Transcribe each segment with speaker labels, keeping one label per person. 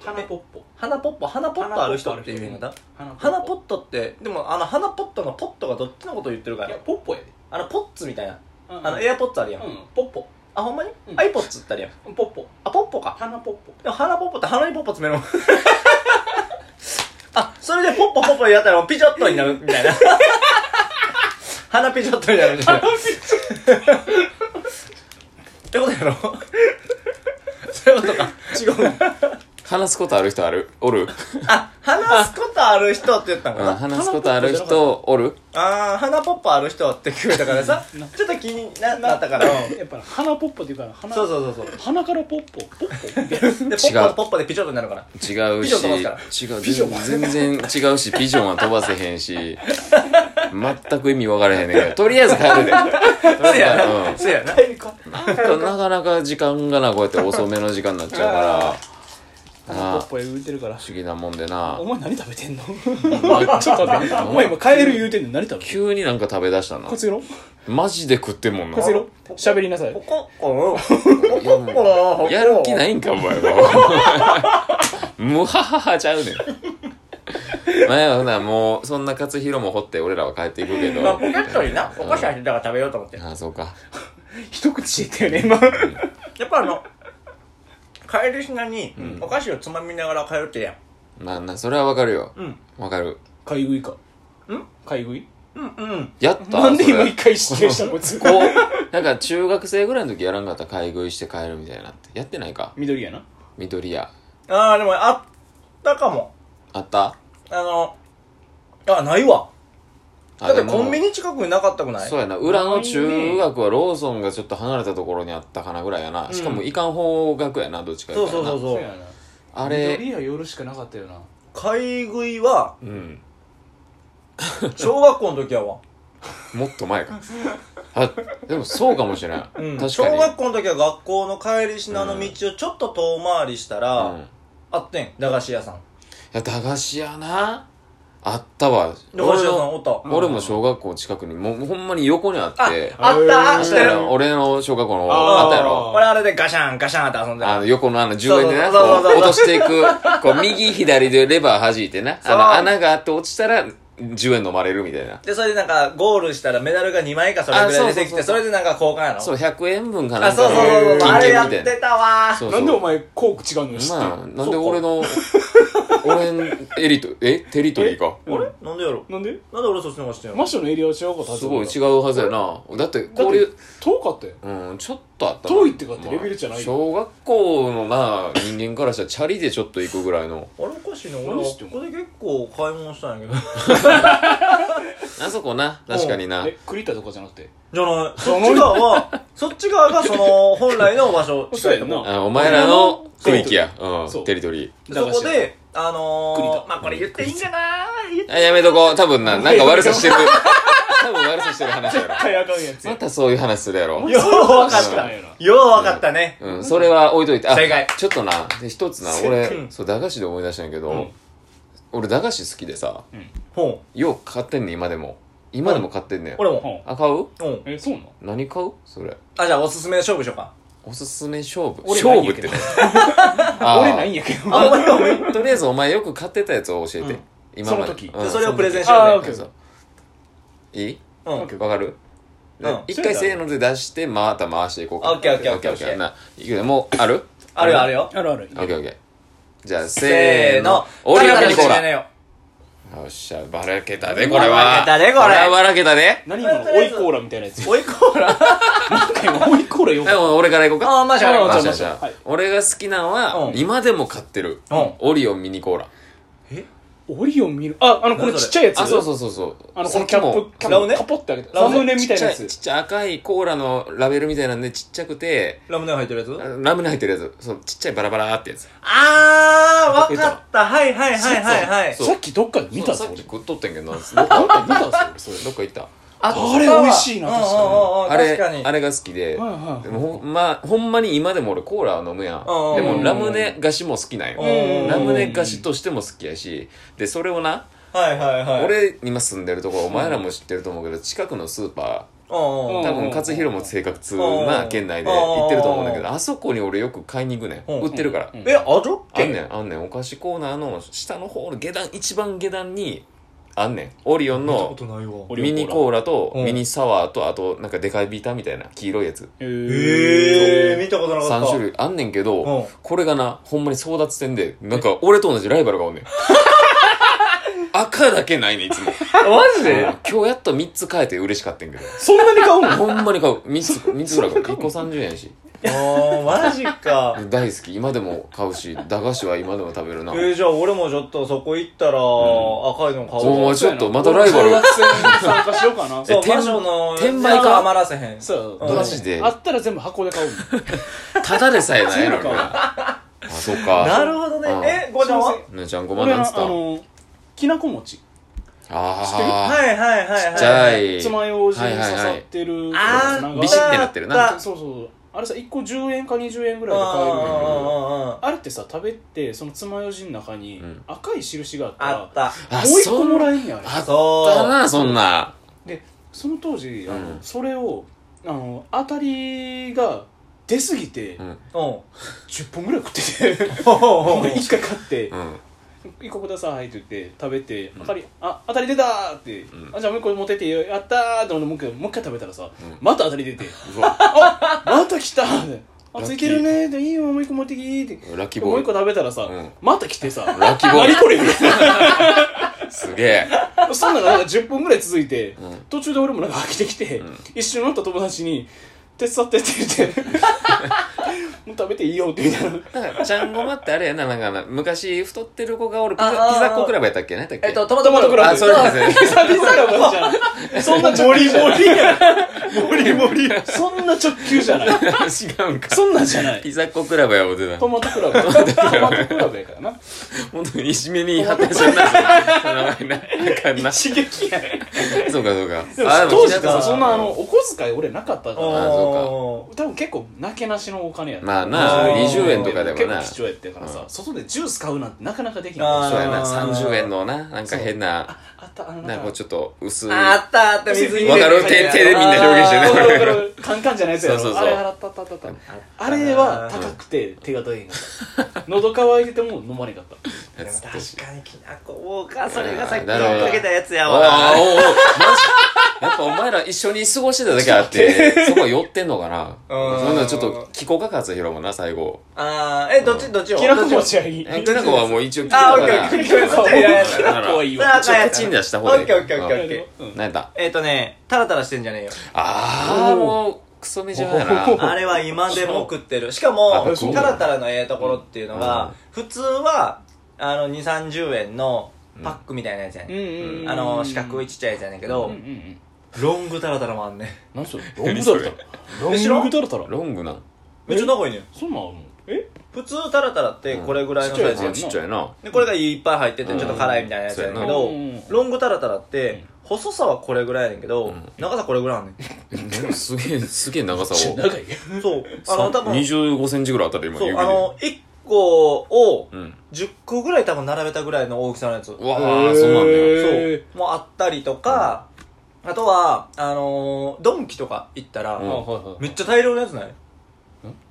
Speaker 1: 花ポッポ
Speaker 2: 花ポッポ花ポットある人っていう言い方花ポ
Speaker 1: ッ
Speaker 2: ットってでもあの花ポットのポットがどっちのこと言ってるか
Speaker 1: いや
Speaker 2: ら
Speaker 1: ポッポやで
Speaker 2: あのポッツみたいな
Speaker 1: うん
Speaker 2: あのエアポッツある
Speaker 1: う
Speaker 2: やん
Speaker 1: んポッポ
Speaker 2: あほんまに
Speaker 1: うん
Speaker 2: アイポッツってあるやん
Speaker 1: ポッポ
Speaker 2: あポッポか
Speaker 1: 花ポッポ
Speaker 2: でも鼻ポッポって鼻にポッポ詰めるもん あそれでポッポポッポやったらピチョットになるみたいな鼻ピチョットになるみたいなってことやろそういうことか
Speaker 1: 違う
Speaker 3: 話すことある人あるおる、
Speaker 2: あ話すことある人って言ったの
Speaker 3: う
Speaker 2: か
Speaker 3: ん、
Speaker 2: な
Speaker 3: 話すことある人おる
Speaker 2: ああ鼻ポッポある人って聞こえたから さ
Speaker 1: な
Speaker 2: ちょっと気にななったから
Speaker 1: やっぱ花ポッポっていうから花
Speaker 2: そうそうそうそう
Speaker 1: 鼻からポッポポッポみたいな
Speaker 2: でポッポとポッポでピチョットになるから
Speaker 3: 違う
Speaker 2: ピ
Speaker 3: し
Speaker 2: ジョン飛ばすから
Speaker 3: 違う
Speaker 1: ピジョン
Speaker 3: 全然違うしピジョンは飛ばせへんし全く意味分からへんねんけどとりあえず帰る
Speaker 2: そ
Speaker 3: で
Speaker 2: うや
Speaker 3: うん
Speaker 2: なそう やな
Speaker 1: 帰るか
Speaker 3: なんかなかなか時間がなこうやって遅めの時間になっちゃうから
Speaker 1: 花ポッ
Speaker 3: あ
Speaker 1: ポや言うてるから
Speaker 3: 不思議なもんでな
Speaker 1: お前何食べてんの
Speaker 3: ちょっと待って
Speaker 1: お前今帰る言うてんのに何食べてんの
Speaker 3: 急になんか食べ出したな
Speaker 1: こつよろ
Speaker 3: マジで食ってんもんな
Speaker 1: こつよろ喋りなさい
Speaker 2: ポコッコンポコッコン
Speaker 3: やる気ないいんかお前はムハハハちゃうねんまあほなもうそんな勝弘も掘って俺らは帰っていくけ
Speaker 2: まあ
Speaker 3: ど
Speaker 2: ポケットになお菓子入ってたから食べようと思って
Speaker 3: ああそうか
Speaker 1: 一口言ったよね今
Speaker 2: やっぱあの帰りしなにお菓子をつまみながら帰るってやん
Speaker 3: まあなそれはわかるよ
Speaker 2: うん
Speaker 3: わかる
Speaker 1: 買い食いか買い食い
Speaker 2: うんうん
Speaker 3: やった
Speaker 1: なんで今
Speaker 3: それ
Speaker 1: 一回指定したのこいつ
Speaker 3: こうなんか中学生ぐらいの時やらんかったら買い食いして帰るみたいなってやってないか
Speaker 1: 緑やな
Speaker 3: 緑屋
Speaker 2: ああでもあったかも
Speaker 3: あった
Speaker 2: あのあないわ
Speaker 3: あ
Speaker 2: だって
Speaker 3: でも
Speaker 2: コンビニ近くになかったくない
Speaker 3: そうやな裏の中学はローソンがちょっと離れたところにあったかなぐらいやな、
Speaker 2: ん
Speaker 3: しかもいかん方角やなどっちかや
Speaker 2: そ
Speaker 3: っ
Speaker 2: う
Speaker 3: たら
Speaker 2: そう
Speaker 3: な
Speaker 2: そうそう
Speaker 1: やな
Speaker 3: あ
Speaker 1: 緑
Speaker 3: れ
Speaker 1: や夜しかなかったよな
Speaker 2: 買い食いは
Speaker 3: うん
Speaker 2: 小学校の時やわ
Speaker 3: もっと前かあでもそうかもしれ
Speaker 2: う
Speaker 3: ん、
Speaker 2: ん
Speaker 3: 確かに
Speaker 2: 小学校の時は学校の帰りしなの道をちょっと遠回りしたら、
Speaker 3: うんい
Speaker 2: あってん駄菓子屋さん
Speaker 3: や駄菓子屋なあったわ
Speaker 2: 駄菓子屋さん
Speaker 3: の
Speaker 2: おった
Speaker 3: 俺も小学校近くにもうほんまに横にあ
Speaker 2: あ
Speaker 3: って
Speaker 2: あったあ
Speaker 3: そ
Speaker 2: っ
Speaker 3: したた
Speaker 2: よ
Speaker 3: ら俺の小学校の
Speaker 1: あー
Speaker 3: あったやろ
Speaker 2: 俺あれでガシャンガシャンって遊んでた
Speaker 3: あの、横のあの、10円でね、こ
Speaker 2: そうそうそう
Speaker 3: う、落としていく、こう、右、左でレバー弾いてね、あ
Speaker 2: そう
Speaker 3: の、穴があって落ちたら、10円飲まれるみたいな。
Speaker 2: で、それでなんか、ゴールしたらメダルが2枚かそれぐらい出てきて、そ
Speaker 3: あそ
Speaker 2: う
Speaker 3: そうそうそう
Speaker 2: れでなんか交換やろ
Speaker 3: そう、100円分かな
Speaker 2: あ、
Speaker 3: んか
Speaker 2: そう
Speaker 3: の
Speaker 2: そうそうそう。あれやっ
Speaker 3: 金券みたい
Speaker 2: てたわー。
Speaker 3: そうそう
Speaker 1: なんでお前コーク違うのに知ってる
Speaker 3: まあ、なんで俺の、俺ん、エリト、 えテリトリーか。
Speaker 2: あれなんでやろ
Speaker 1: なんで
Speaker 2: なんで俺そっちの方が知ってん
Speaker 1: マ
Speaker 2: の
Speaker 1: ッシュのエリアは違うかった
Speaker 3: すごい違
Speaker 1: う
Speaker 3: うはずやな。だって、交流、
Speaker 1: 遠かったよ
Speaker 3: うん、ちょっとあったな
Speaker 1: 遠いってかってレベルじゃないよ
Speaker 3: 小学校のな、人間からしたら、チャリでちょっと行くぐらいの。
Speaker 2: あれおかしいな。俺
Speaker 1: 何
Speaker 2: は
Speaker 1: 知って
Speaker 2: こ
Speaker 1: んの
Speaker 2: こで結構買い物したんやけど。
Speaker 3: あそこな、確かにな。
Speaker 1: え栗田とかじゃなくて
Speaker 2: じゃない。そっち側は、そっち側が その、本来の場所、近いとこ。
Speaker 1: そうやんな
Speaker 3: あお前らの区域や。、
Speaker 1: そううん
Speaker 3: テリトリー。
Speaker 2: でそこで、あ
Speaker 1: 栗
Speaker 2: の
Speaker 1: 田
Speaker 2: ー、まあこれ言っていいんかな言っ
Speaker 3: あやめとこう。多分な、なんか悪さして る。多分悪さしてる話やろ。
Speaker 1: 買いあかんやつ
Speaker 3: またそういう話するやろ
Speaker 2: て。ようわかっ
Speaker 1: 知らんよな
Speaker 2: た。ようわかったね。
Speaker 3: うん、それは置いといて。あ、
Speaker 2: 正解
Speaker 3: ちょっとな、で一つな、
Speaker 2: う
Speaker 3: 俺、
Speaker 2: ん
Speaker 3: そう、駄菓子で思い出したんやけど、
Speaker 1: ん
Speaker 3: 俺駄菓子好きでさ、
Speaker 2: ほう。
Speaker 3: よう買ってんねん、今でも。今でも買ってんねん。
Speaker 2: 俺
Speaker 1: う
Speaker 2: も。
Speaker 1: ん
Speaker 3: あ、買う
Speaker 2: うん。
Speaker 1: えそうなの
Speaker 3: 何買うそれ。
Speaker 2: あ、じゃあおすすめの勝負しようか。
Speaker 3: おすすめ勝負。
Speaker 1: 俺
Speaker 3: 勝負って ね。あー
Speaker 1: 俺ないんやけど
Speaker 2: あ、お前お前。
Speaker 3: とりあえずお前よく買ってたやつを教え
Speaker 2: う
Speaker 3: て。
Speaker 2: ん
Speaker 3: 今まで。
Speaker 1: その時
Speaker 3: うん
Speaker 2: でそれをプレゼンし
Speaker 3: そ
Speaker 2: よ
Speaker 1: あー
Speaker 3: の
Speaker 1: オッ
Speaker 2: う
Speaker 1: ケー
Speaker 3: 時
Speaker 2: ね。
Speaker 3: そういい
Speaker 2: うん。
Speaker 1: オッケー
Speaker 3: わかるで
Speaker 2: うん
Speaker 3: 一回せーので出してまた回していこうか
Speaker 2: オッケーオッケー
Speaker 3: オッケー
Speaker 2: オッケー
Speaker 3: オッケーな行くよもうある
Speaker 2: あるよあるよ。
Speaker 1: あるある
Speaker 3: オッケーオッケーじゃあ
Speaker 2: せ
Speaker 3: せ
Speaker 2: ー
Speaker 3: ー
Speaker 2: の
Speaker 3: の。オリオンペリコーラよ
Speaker 2: ラ。
Speaker 3: っしゃばらけたでこれは
Speaker 2: ばらけたでこれ
Speaker 3: はばらけたで
Speaker 1: 何今の追いコーラみたいなやつ
Speaker 2: おいコーラ
Speaker 1: なんか今追いコーラよ
Speaker 3: はい俺から行こうか
Speaker 2: あーマジ
Speaker 1: あー
Speaker 3: マ
Speaker 1: マ
Speaker 3: ジ
Speaker 1: ジ
Speaker 3: マ
Speaker 1: マ
Speaker 3: ジ
Speaker 1: ジはい
Speaker 3: 俺が好きなのは
Speaker 2: うん
Speaker 3: 今でも買ってる
Speaker 2: うん
Speaker 3: オリオンミニコーラ
Speaker 1: オリオン見るああのこのちっちゃいやつ
Speaker 3: あそう
Speaker 1: う
Speaker 3: そうそうそう
Speaker 1: あのこのキャップキャ
Speaker 2: ラム
Speaker 1: ッ
Speaker 2: ネ
Speaker 1: プカポってあげた
Speaker 2: ラ
Speaker 1: ラ
Speaker 2: ム
Speaker 1: ムネ
Speaker 2: ネ
Speaker 3: み
Speaker 1: み
Speaker 3: た
Speaker 1: たい
Speaker 3: いな
Speaker 1: な
Speaker 3: や
Speaker 1: や
Speaker 3: つ
Speaker 1: つ
Speaker 3: ちっちゃい赤いコーラのラベルみたいなんでちっちゃくて
Speaker 2: ラムネ入ってるやつ
Speaker 3: あラムネ入ってるやつそうちっちゃいバラバラーってやつ
Speaker 2: あー、わかった。はいはいはいはいはい。
Speaker 3: そう
Speaker 1: さっきどっかで見た
Speaker 3: そ
Speaker 1: ぞ
Speaker 3: うさっき
Speaker 1: 俺
Speaker 3: 食っとったんやけどな
Speaker 1: どっかで見た ぞ俺それ
Speaker 3: どっか行った
Speaker 1: あれ美味しいな
Speaker 2: うんうん
Speaker 1: 確
Speaker 2: うんうん
Speaker 3: あれ
Speaker 2: 確かに。
Speaker 3: あれが好きで、
Speaker 1: はいはい
Speaker 3: でもほんまあ、ほんまに今でも俺コーラは飲むやん。で
Speaker 2: うん
Speaker 3: もラムネ菓子も好きなん
Speaker 2: うん
Speaker 3: よ。
Speaker 2: うん
Speaker 3: ラムネ菓子としても好きやし、で、それをな、
Speaker 2: はいはいはい。、
Speaker 3: 俺今住んでるところ、お前らも知ってると思うけど、近くのスーパ
Speaker 2: うん
Speaker 1: ん
Speaker 3: 多分勝弘も性格通な県内で行ってると思うんだけどあそこに俺よく買いに行くねん
Speaker 2: うん
Speaker 3: 売ってるから
Speaker 1: うん
Speaker 2: え、あるっ
Speaker 3: あ
Speaker 2: け
Speaker 3: んねんあんねんお菓子コーナーの下の方の下段一番下段にあんねんオリオン
Speaker 2: 見た
Speaker 3: の
Speaker 2: ことないわ。
Speaker 1: オ
Speaker 3: ミニコーラと
Speaker 2: うん
Speaker 3: ミニサワーとあとなんかデカビタみたいな黄色いやつ
Speaker 1: え
Speaker 2: ええー、見たことなかった。
Speaker 3: 3種類あんねんけど、
Speaker 2: うん
Speaker 3: これがなほんまに争奪戦でなんか俺と同じライバルがおんねん赤だけないねんいつも
Speaker 2: マジ
Speaker 3: うん
Speaker 2: で
Speaker 3: 今日やっと3つ買えて嬉しかったんけど
Speaker 1: そんなに買うの
Speaker 3: ほんまに買う3つ3つぐらい買う1個30円やし
Speaker 2: あー、マジか。
Speaker 3: で大好き今でも買うし駄菓子は今でも食べるな
Speaker 2: えー、じゃあ俺もちょっとそこ行ったら、赤いの買
Speaker 3: お
Speaker 2: おう
Speaker 3: 前ちょっとまたライバル
Speaker 1: 争奪戦に参加しようかな
Speaker 2: そう、
Speaker 3: え転
Speaker 2: 魔女の
Speaker 3: 転売か
Speaker 2: 余らせへん。
Speaker 1: そう
Speaker 2: うん
Speaker 3: マジで
Speaker 1: あったら全部箱で買うもん
Speaker 3: ただでさえないの
Speaker 1: 全
Speaker 3: に
Speaker 1: 部買う
Speaker 3: あそう
Speaker 2: な
Speaker 3: か
Speaker 2: るほどね
Speaker 3: うん。
Speaker 2: え、ごちゃんは
Speaker 3: ねちゃんごま
Speaker 1: 俺
Speaker 3: なん
Speaker 1: は
Speaker 3: つっ
Speaker 1: あ
Speaker 3: た
Speaker 1: のきなこ餅
Speaker 3: あ
Speaker 2: はいはいはいはい。
Speaker 3: あちっちゃい
Speaker 1: つまようじに刺さってる
Speaker 2: あ
Speaker 1: なん
Speaker 2: ー、
Speaker 1: か
Speaker 3: ビシッてなってるな
Speaker 2: あった
Speaker 1: そうそうあれさ1個10円か20円ぐらいで買えるんやけど
Speaker 2: あ
Speaker 1: あれってさ食べてそのつまようじの中に
Speaker 3: うん
Speaker 1: 赤い印があった
Speaker 2: あっ
Speaker 1: ら、
Speaker 2: た。
Speaker 3: あ
Speaker 1: もう一
Speaker 3: そ
Speaker 1: 個
Speaker 3: ん
Speaker 1: もらえんやんあれ
Speaker 3: あ
Speaker 2: そう
Speaker 3: ったなそんな
Speaker 1: でその当時あの、
Speaker 3: うん
Speaker 1: それをあの当たりが出すぎて、
Speaker 3: うん
Speaker 2: うん。
Speaker 1: 10本ぐらい食って て
Speaker 2: お
Speaker 1: 1回買って
Speaker 3: うん
Speaker 1: 「1個ください」って言って食べて「
Speaker 3: ん
Speaker 1: あかりあ当たり出た!」って、
Speaker 3: ん
Speaker 1: あ「じゃあもう一個持ってってよやった!」って思ってもう一回もう一回食べたらさ、
Speaker 3: ん
Speaker 1: また当たり出 て
Speaker 3: う
Speaker 1: 「
Speaker 3: わ
Speaker 1: また来た!」って「あ
Speaker 3: ラッ
Speaker 1: つ
Speaker 3: キー
Speaker 1: いてるね」でいいよもう一個持ってき」って
Speaker 3: ラッキー
Speaker 1: も
Speaker 3: ボ
Speaker 1: う
Speaker 3: ー
Speaker 1: 一個
Speaker 3: イ
Speaker 1: 食べたらさ、
Speaker 3: うん
Speaker 1: また来てさ
Speaker 3: ラッキーボーイ
Speaker 1: 何これ!」みたいな
Speaker 3: すげえ
Speaker 1: そんなのなんか10分ぐらい続いて、
Speaker 3: うん
Speaker 1: 途中で俺もなんか飽きてきて、
Speaker 3: うん
Speaker 1: 一緒に乗った友達に「手伝って」って言 って「もう食べていいよ」って言いながら
Speaker 3: なんかちゃんごまってあれやななんかな昔太ってる子がおるピ
Speaker 2: あ
Speaker 3: ザ
Speaker 2: ああ
Speaker 3: ピザっ子クラブやったっけ何やったっけ
Speaker 2: えっと、トマ
Speaker 1: トマ
Speaker 2: ト
Speaker 1: ト
Speaker 2: ク
Speaker 1: ク
Speaker 2: ラ
Speaker 1: ラ
Speaker 3: あ
Speaker 1: ブ
Speaker 3: それですね
Speaker 1: 久々やばいじゃんそんなモリモリやモリモリそんな直球じゃない
Speaker 3: 違うんか
Speaker 1: そんなんじゃない
Speaker 3: ピザっ子クラブや思ってた
Speaker 1: トマトクラブトマトクラブやからな
Speaker 3: 本当にいじめに発展しちゃったんですよ名前なあかんな
Speaker 1: 刺激やね
Speaker 3: そうかそうか
Speaker 1: でも
Speaker 3: あ
Speaker 1: 当時
Speaker 3: 日向
Speaker 1: さ
Speaker 3: さ
Speaker 1: そんなあのお小遣い俺なかったから
Speaker 3: あ
Speaker 2: そ
Speaker 3: そ
Speaker 1: 多分結構なけなしのお金やった
Speaker 3: まあな
Speaker 2: あ20円と
Speaker 3: かでもな
Speaker 1: 結構貴重やったからさ、
Speaker 3: うん
Speaker 1: 外でジュース買うなんてなかなかでき
Speaker 2: あ
Speaker 1: な
Speaker 2: ー
Speaker 1: い
Speaker 3: そうやな
Speaker 2: あー
Speaker 3: 30円のななんか変な
Speaker 1: あったあの
Speaker 3: なんかこうちょっと薄い
Speaker 2: あったあった、水着
Speaker 3: わかる手手でみんな表現して
Speaker 1: わ
Speaker 3: ね
Speaker 1: かるわかるカンカンじゃないやつやろ
Speaker 3: そうそうそう
Speaker 1: あれ洗ったあったあったあったあれは高くて手が出へんかった喉乾いてても飲まれんかった
Speaker 3: やつって
Speaker 2: 確かにきなこかそれがさっき
Speaker 3: なるほど
Speaker 2: かけたやつや
Speaker 3: おー
Speaker 2: わ
Speaker 3: おーおーマジやっぱお前ら一緒に過ごしてただけ あってそこは寄ってんのかな
Speaker 2: うん
Speaker 3: そんなちょっと気候が勝弘もな最後
Speaker 2: あーえどっちどっちを
Speaker 1: きなこ
Speaker 2: どっち
Speaker 1: 餅
Speaker 2: を
Speaker 1: はいい
Speaker 3: えきなこはもう一応聞いた
Speaker 2: あー
Speaker 3: か
Speaker 2: オッケーオ
Speaker 3: ら
Speaker 2: ッケーオッケー
Speaker 1: そう
Speaker 2: いやいやい
Speaker 1: きなこはいい
Speaker 2: それ
Speaker 1: わ
Speaker 2: は
Speaker 3: 一応口に出した方で
Speaker 2: オッケーオッケーオッケー
Speaker 3: うん
Speaker 2: オッケ
Speaker 1: うん
Speaker 3: 何やった
Speaker 2: えっとねタラタラしてんじゃねえよ
Speaker 3: ああもうクソメジャーやな
Speaker 2: あれは今でも食ってるしかも
Speaker 3: あそう
Speaker 2: タラタラのええところっていうのが普通はあの2 3 0円のパックみたいなやつや
Speaker 1: う
Speaker 2: ね
Speaker 1: ん
Speaker 2: ん
Speaker 1: うん
Speaker 2: あの四角いちっちゃいやつやねんけ
Speaker 1: うんう
Speaker 2: ど
Speaker 1: んうん
Speaker 2: ロングタラタラもあんねん
Speaker 1: 何それロングだったロングだったら
Speaker 3: ロングなん
Speaker 2: めっちゃ長いねん
Speaker 1: そんなんあるのえ
Speaker 2: 普通タラタラってこれぐらいのサイズや
Speaker 1: う
Speaker 2: ね
Speaker 3: あ
Speaker 2: ん
Speaker 3: ちっちゃいな
Speaker 2: でこれがいっぱい入ってて
Speaker 3: うん
Speaker 2: ちょっと辛いみたいなやつやねんけど、
Speaker 1: そうやな
Speaker 2: ロングタラタラって細さはこれぐらいやねんけど、
Speaker 3: ん
Speaker 2: 長さこれぐらいあんね
Speaker 3: うんすげえ、すげえ長さを。
Speaker 1: 長い
Speaker 2: んそうあの多分
Speaker 3: 25センチぐらい当たる今、
Speaker 2: そう
Speaker 3: 指で
Speaker 2: あの1個を
Speaker 3: うん。
Speaker 2: 10個ぐらい多分並べたぐらいの大きさのやつ、
Speaker 3: うわーそうなんだよ。
Speaker 1: へ
Speaker 2: そうもうあったりとか、あとはあのードンキとか行ったら、
Speaker 3: う
Speaker 1: ー
Speaker 3: ん
Speaker 1: あはいはい
Speaker 2: めっちゃ大量のやつない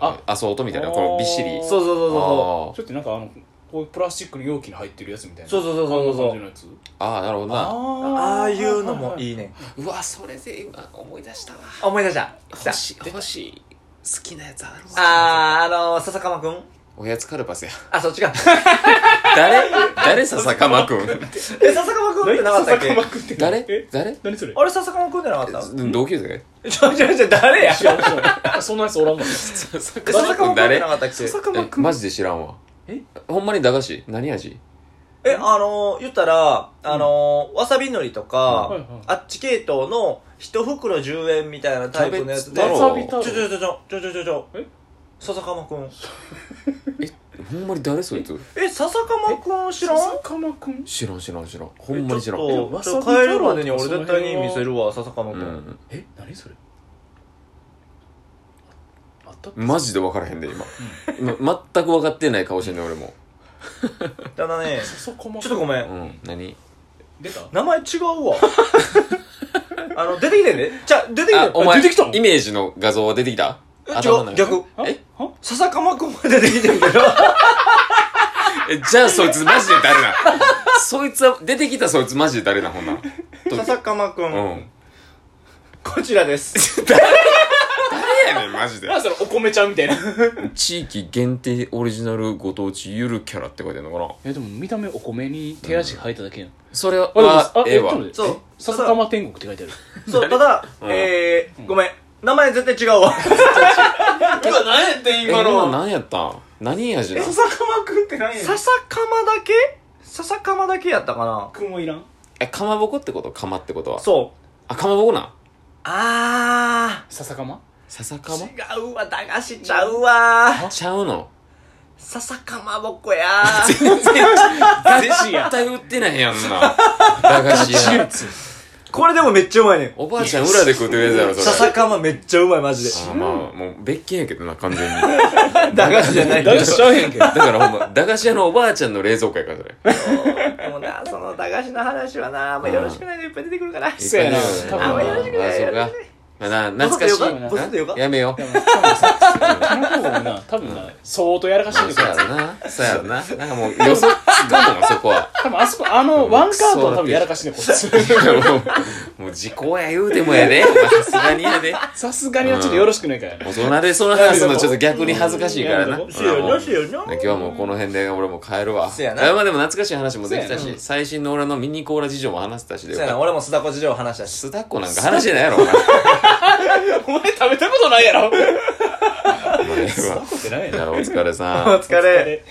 Speaker 1: あ
Speaker 3: あ、そう、音みたいな、このびっしり。
Speaker 2: そうそうそうそ
Speaker 1: ちょっとなんかあのこういうプラスチックの容器に入ってるやつみたいな
Speaker 2: そうそうそうそうそう
Speaker 1: あんな感じのやつ
Speaker 3: ああー、なるほどな。
Speaker 2: うああいうのも
Speaker 1: い
Speaker 2: いいねん
Speaker 3: うわ、それで今思い出したわ。
Speaker 2: あ思い出した
Speaker 3: 欲しい、欲しい。好きなやつあるわ。
Speaker 2: あーあのー、笹鎌くん
Speaker 3: おやつカルパスや。
Speaker 2: あそっち か
Speaker 3: 誰誰笹鎌 くん。
Speaker 2: え笹鎌くんってなかったっけ
Speaker 3: 誰
Speaker 1: え
Speaker 3: 誰
Speaker 1: 何それ
Speaker 2: あれ笹鎌くんじゃな かった
Speaker 3: 同級生
Speaker 2: ちょちょち ょ、誰や
Speaker 1: 知らん知らんそんなやつおらんの
Speaker 3: 笹
Speaker 2: え笹鎌くんじ
Speaker 3: 鎌くん誰
Speaker 2: ゃなかったっけ
Speaker 1: 笹
Speaker 3: え
Speaker 1: 鎌くん
Speaker 3: マジで知らんわ。
Speaker 1: え
Speaker 3: ほんまに駄菓子何味
Speaker 2: え、あのー、言ったら、あのー、わさびのりとか、
Speaker 1: はいはい
Speaker 2: あっち系統の一袋10円みたいなタイプのやつで、
Speaker 3: キャベ
Speaker 1: わ
Speaker 3: ツ
Speaker 1: さび太
Speaker 2: ちょ
Speaker 1: 郎
Speaker 2: ちょちょちょちょちょちょちょ
Speaker 1: え
Speaker 2: 笹鎌くん。
Speaker 3: ほんまに誰そいつ
Speaker 2: え、笹鎌くん知らん
Speaker 1: 笹鎌くん
Speaker 3: 知らん知らん知らん。ほんまに知らん。
Speaker 2: え
Speaker 3: う
Speaker 2: ちょっと、
Speaker 1: わ
Speaker 2: ち
Speaker 1: さ
Speaker 2: ょ
Speaker 1: び
Speaker 2: っ
Speaker 1: 太
Speaker 2: と
Speaker 1: 郎
Speaker 2: 帰るまでに俺絶対に見せるわ、笹鎌くん。
Speaker 3: ん。
Speaker 1: え何それあったっけ
Speaker 3: マジで分からへんで、今。ま全く分かってない顔してんね俺も。
Speaker 2: ただね、
Speaker 1: 笹鎌くん
Speaker 2: ちょっとごめ。
Speaker 3: うんん。何
Speaker 1: 出た
Speaker 2: 名前違うわ。 あの、出てきてんで。じゃあ、出てきて
Speaker 3: あ、
Speaker 2: ん
Speaker 3: お前、
Speaker 1: 出てきたの
Speaker 3: イメージの画像は出てきた
Speaker 2: え
Speaker 3: 頭の中
Speaker 2: 違う
Speaker 1: 逆
Speaker 3: え
Speaker 1: は
Speaker 2: 笹鎌くんは出てきてんけ ど。
Speaker 3: え、じゃあそいつマジで誰なんそいつは、出てきたそいつマジで誰なんほんならと
Speaker 2: 笹鎌く。
Speaker 3: うんん。
Speaker 2: こちらです。
Speaker 3: 誰やねん、マジで
Speaker 1: な。んかそのお米ちゃんみたいな
Speaker 3: 地域限定オリジナルご当地ゆるキャラって書いてんのかな
Speaker 1: えでも見た目お米に手足生えただけやん
Speaker 3: それは、
Speaker 1: あでもあ
Speaker 3: ええわ。
Speaker 1: そ
Speaker 2: そう
Speaker 1: う笹玉天国って書いてある
Speaker 2: そう、ただ、
Speaker 3: うん
Speaker 2: えー、ごめん。名前絶対違うわ。
Speaker 1: 今何やって
Speaker 3: え、今の何やったん何味なん
Speaker 1: 笹鎌くんって何
Speaker 2: 笹鎌だけ笹鎌だけやったかな
Speaker 1: くんはいらん
Speaker 3: え、かまぼこってことかまってことは。
Speaker 2: そう。
Speaker 3: あ、かまぼこなん
Speaker 2: あ
Speaker 1: 笹鎌
Speaker 3: 笹か
Speaker 2: ー。
Speaker 3: ま
Speaker 2: 違うわ、駄菓子ちゃうわ。
Speaker 3: ちゃうの
Speaker 2: 笹鎌ぼっこやー。
Speaker 3: 全然、
Speaker 1: 絶
Speaker 3: 絶対売ってないやんな。駄菓子屋。
Speaker 2: これでもめっちゃうまいねん。
Speaker 3: おばあちゃん裏で食うてるやつやろ、それ。
Speaker 2: 笹釜めっちゃうまい、マジで。
Speaker 3: あまあ、もう別件やけどな、完全に。
Speaker 2: 駄菓子じゃない
Speaker 1: だからしちゃうへんけど
Speaker 3: だからほんま、駄菓子屋のおばあちゃんの冷蔵庫やから、それ。
Speaker 2: もうな、その駄菓子の話はな、もうよろしくないのいっぱい出てくるから。
Speaker 1: そうやな多分
Speaker 3: あ、まあそうか。まあな、懐かしい
Speaker 2: ボソッとよかボソッとよか
Speaker 3: な。やめよう。
Speaker 1: 多分さ田中もな多分な相当やらかし
Speaker 3: そ
Speaker 1: いんで
Speaker 3: う
Speaker 1: す
Speaker 3: や
Speaker 1: よ
Speaker 3: ろな。そうやろな。なんかもう、予測つかんもん、そこ は。
Speaker 1: 多分あそこあのワンカートは多分やらかしいねこっち
Speaker 3: もう、もう時効や言うてもやで。まあさすがにやで。
Speaker 1: さすがにはちょっとよろしくないからね
Speaker 3: 大人でその話すのちょっと逆に恥ずかしいからな。
Speaker 1: うんうん
Speaker 3: ほらもう
Speaker 2: せやなせやな
Speaker 3: 今日はもうこの辺で俺も帰るわ。
Speaker 2: せやな
Speaker 3: あまあでも懐かしい話もできた
Speaker 1: せや
Speaker 3: し、最新の俺のミニコーラ事情も話せたしで
Speaker 2: そうや
Speaker 3: よ
Speaker 2: な、
Speaker 3: かっ
Speaker 2: 俺も須田子事情話した
Speaker 3: た。
Speaker 2: し。
Speaker 3: すだっこなんか話してないやろ、お前。
Speaker 1: お前食べたことないやろ
Speaker 3: お前は
Speaker 1: ことないや
Speaker 3: じ
Speaker 1: ろ
Speaker 3: ゃあお疲れ
Speaker 2: お
Speaker 3: さん。
Speaker 2: 疲れ。